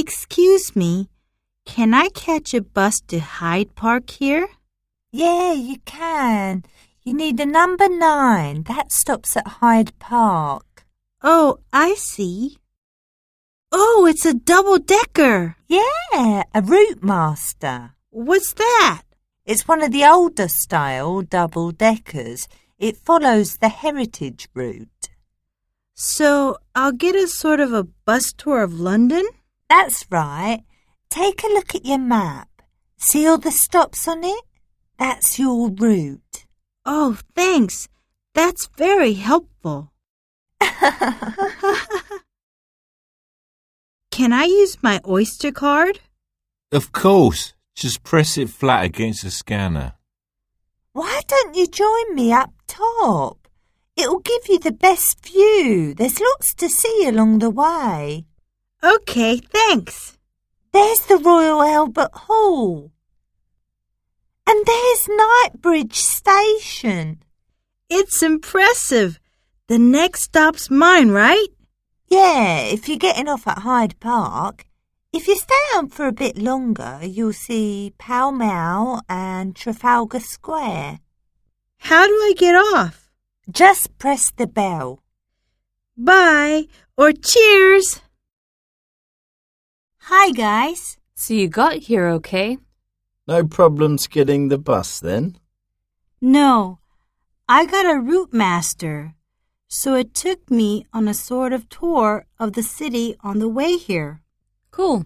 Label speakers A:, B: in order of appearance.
A: Excuse me, can I catch a bus to Hyde Park here?
B: Yeah, you can. You need a number nine. That stops at Hyde Park.
A: Oh, I see. Oh, it's a double decker.
B: Yeah, a route master.
A: What's that?
B: It's one of the older style double deckers. It follows the heritage route.
A: So I'll get a sort of a bus tour of London?
B: That's right. Take a look at your map. See all the stops on it? That's your route.
A: Oh, thanks. That's very helpful. Can I use my Oyster card?
C: Of course, just press it flat against the scanner.
B: Why don't you join me up top? It'll give you the best view. There's lots to see along the way.
A: Okay, thanks.
B: There's the Royal Albert Hall. And there's Knightbridge Station.
A: It's impressive. The next stop's mine, right?
B: Yeah, if you're getting off at Hyde Park, if you stay on for a bit longer, you'll see Pall Mall and Trafalgar Square.
A: How do I get off?
B: Just press the bell.
A: Bye or cheers. Hi, guys.
D: So you got here okay?
E: No problems getting the bus then?
A: No, I got a route master, so it took me on a sort of tour of the city on the way here.
D: Cool.